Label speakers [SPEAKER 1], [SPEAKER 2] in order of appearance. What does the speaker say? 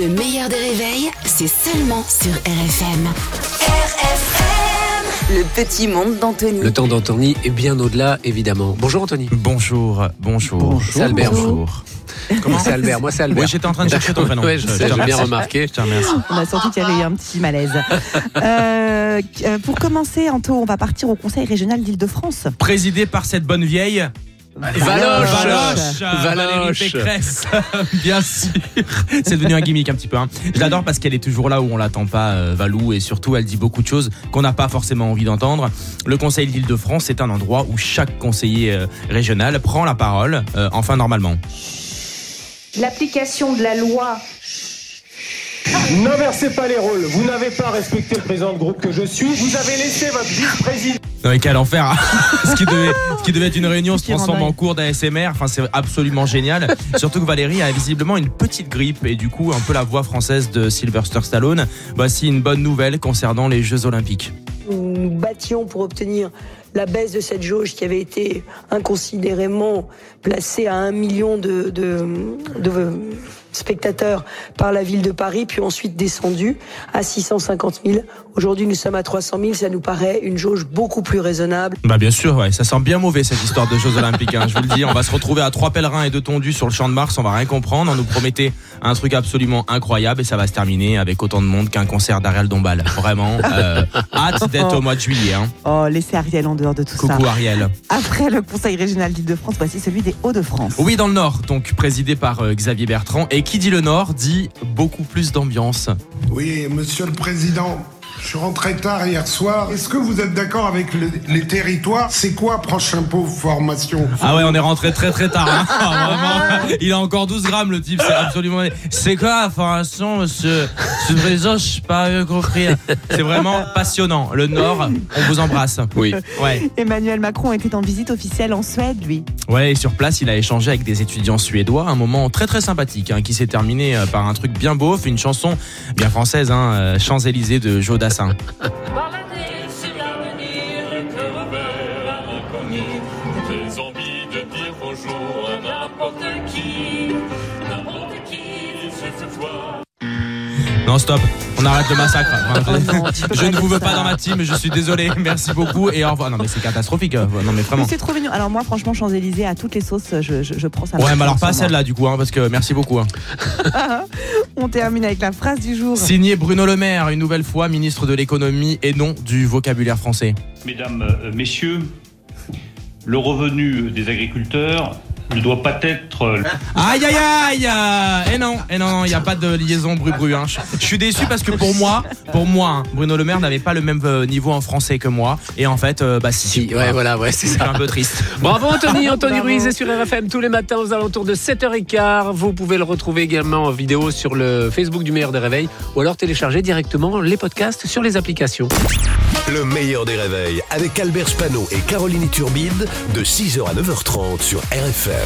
[SPEAKER 1] Le meilleur des réveils, c'est seulement sur RFM. RFM Le petit monde d'Anthony.
[SPEAKER 2] Le temps d'Anthony est bien au-delà, évidemment. Bonjour Anthony.
[SPEAKER 3] Bonjour, bonjour.
[SPEAKER 2] C'est Albert.
[SPEAKER 3] Bonjour. Comment
[SPEAKER 2] C'est Albert, moi c'est Albert.
[SPEAKER 3] Oui, j'étais en train de chercher ton prénom.
[SPEAKER 2] Ouais, je
[SPEAKER 3] Je te
[SPEAKER 2] sais, j'ai bien
[SPEAKER 3] remercie.
[SPEAKER 2] remarqué.
[SPEAKER 3] Je te remercie.
[SPEAKER 4] On a senti qu'il y avait eu un petit malaise. Euh, euh, pour commencer, Anto, on va partir au Conseil régional d'Île-de-France.
[SPEAKER 3] Présidé par cette bonne vieille.
[SPEAKER 2] Valoche.
[SPEAKER 3] Valoche euh,
[SPEAKER 2] Valoche.
[SPEAKER 3] Valérie Pécresse Bien sûr C'est devenu un gimmick un petit peu. hein. Je l'adore parce qu'elle est toujours là où on l'attend pas, euh, Valou, et surtout elle dit beaucoup de choses qu'on n'a pas forcément envie d'entendre. Le Conseil d'Île-de-France est un endroit où chaque conseiller euh, régional prend la parole, euh, enfin normalement.
[SPEAKER 5] l'application de la loi
[SPEAKER 6] N'inversez pas les rôles. Vous n'avez pas respecté le président de groupe que je suis. Vous avez laissé votre vice-président.
[SPEAKER 3] Non mais quel enfer hein. ce, qui devait, ce qui devait être une réunion se
[SPEAKER 4] Qui rend
[SPEAKER 3] transforme
[SPEAKER 4] dingue.
[SPEAKER 3] en cours d'ASMR, enfin c'est absolument génial. Surtout que Valérie a visiblement une petite grippe et du coup un peu la voix française de Sylvester Stallone. Voici une bonne nouvelle concernant les Jeux Olympiques.
[SPEAKER 7] nous nous battions pour obtenir la baisse de cette jauge qui avait été inconsidérément placée à un million de, de- de spectateurs par la ville de Paris, puis ensuite descendue à 650 000. Aujourd'hui, nous sommes à 300 000. Ça nous paraît une jauge beaucoup plus raisonnable.
[SPEAKER 3] Bah bien sûr, ouais, ça sent bien mauvais cette histoire de Jeux Olympiques. hein, je vous le dis, on va se retrouver à trois pèlerins et deux tondus sur le champ de Mars, on va rien comprendre. On nous promettait un truc absolument incroyable et ça va se terminer avec autant de monde qu'un concert d'Ariel Dombal. Vraiment, euh, hâte d'être au mois de juillet. Hein.
[SPEAKER 4] Oh, laissez Ariel en dehors de tout ça.
[SPEAKER 3] Coucou Ariel.
[SPEAKER 4] Après le Conseil régional d'Île-de-France, voici celui des Hauts-de-France.
[SPEAKER 3] Oui, dans le Nord, donc présidé par euh, Xavier Bertrand. Et qui dit le Nord dit beaucoup plus d'ambiance.
[SPEAKER 8] Oui, monsieur le président. Je suis rentré tard hier soir. Est-ce que vous êtes d'accord avec le- les territoires C'est quoi prochain pauvre formation
[SPEAKER 3] Ah ouais, on est rentré très très tard. hein. Ah, vraiment. Il a encore 12 grammes le type, c'est absolument. C'est quoi la formation, monsieur Ce président, je suis pas bien compris. C'est vraiment passionnant. Le Nord, on vous embrasse.
[SPEAKER 2] Oui.
[SPEAKER 3] Ouais.
[SPEAKER 4] Emmanuel Macron était en visite officielle en Suède, lui.
[SPEAKER 3] Ouais, et sur place, il a échangé avec des étudiants suédois. Un moment très très sympathique hein, qui s'est terminé euh, par un truc bien beauf, une chanson bien française, hein, euh, Champs-Élysées de Joe Dassin.
[SPEAKER 9] Balader sur l'avenir est un revers à l'inconnu. J'ai envie de dire bonjour à n'importe qui. N'importe qui, c'est ce soir.
[SPEAKER 3] Non, stop, on arrête le massacre. Enfin,
[SPEAKER 4] Oh non, tu peux
[SPEAKER 3] je
[SPEAKER 4] pas
[SPEAKER 3] ne vous
[SPEAKER 4] dire
[SPEAKER 3] veux pas
[SPEAKER 4] ça.
[SPEAKER 3] dans ma team, je suis désolé, merci beaucoup et au revoir. Non, mais c'est catastrophique, euh, non, mais
[SPEAKER 4] Mais
[SPEAKER 3] vraiment.
[SPEAKER 4] C'est trop mignon. Alors moi, franchement, Champs-Élysées, à toutes les sauces, je, je- je prends ça.
[SPEAKER 3] Ouais, mais alors pas celle-là du coup, hein, parce que merci beaucoup. hein.
[SPEAKER 4] On termine avec la phrase du jour.
[SPEAKER 3] Signé Bruno Le Maire, une nouvelle fois ministre de l'économie et non du vocabulaire français.
[SPEAKER 10] Mesdames, euh, Messieurs, le revenu des agriculteurs ne doit pas être
[SPEAKER 3] Aïe aïe aïe euh, Et non, et non, il n'y a pas de liaison bru-bru. hein. Je- Je suis déçu parce que pour moi, pour moi, hein, Bruno Le Maire n'avait pas le même euh, niveau en français que moi. Et en fait, euh, bah si.
[SPEAKER 2] Si, ouais, voilà, ouais, c'est
[SPEAKER 3] Je suis
[SPEAKER 2] ça.
[SPEAKER 3] un peu triste.
[SPEAKER 2] Bravo Anthony, Anthony
[SPEAKER 4] Bravo.
[SPEAKER 2] Ruiz est sur RFM tous les matins aux alentours de 7h15. Vous pouvez le retrouver également en vidéo sur le Facebook du meilleur des réveils ou alors télécharger directement les podcasts sur les applications.
[SPEAKER 11] Le meilleur des réveils avec Albert Spano et Caroline Turbide de 6h à 9h30 sur RFM.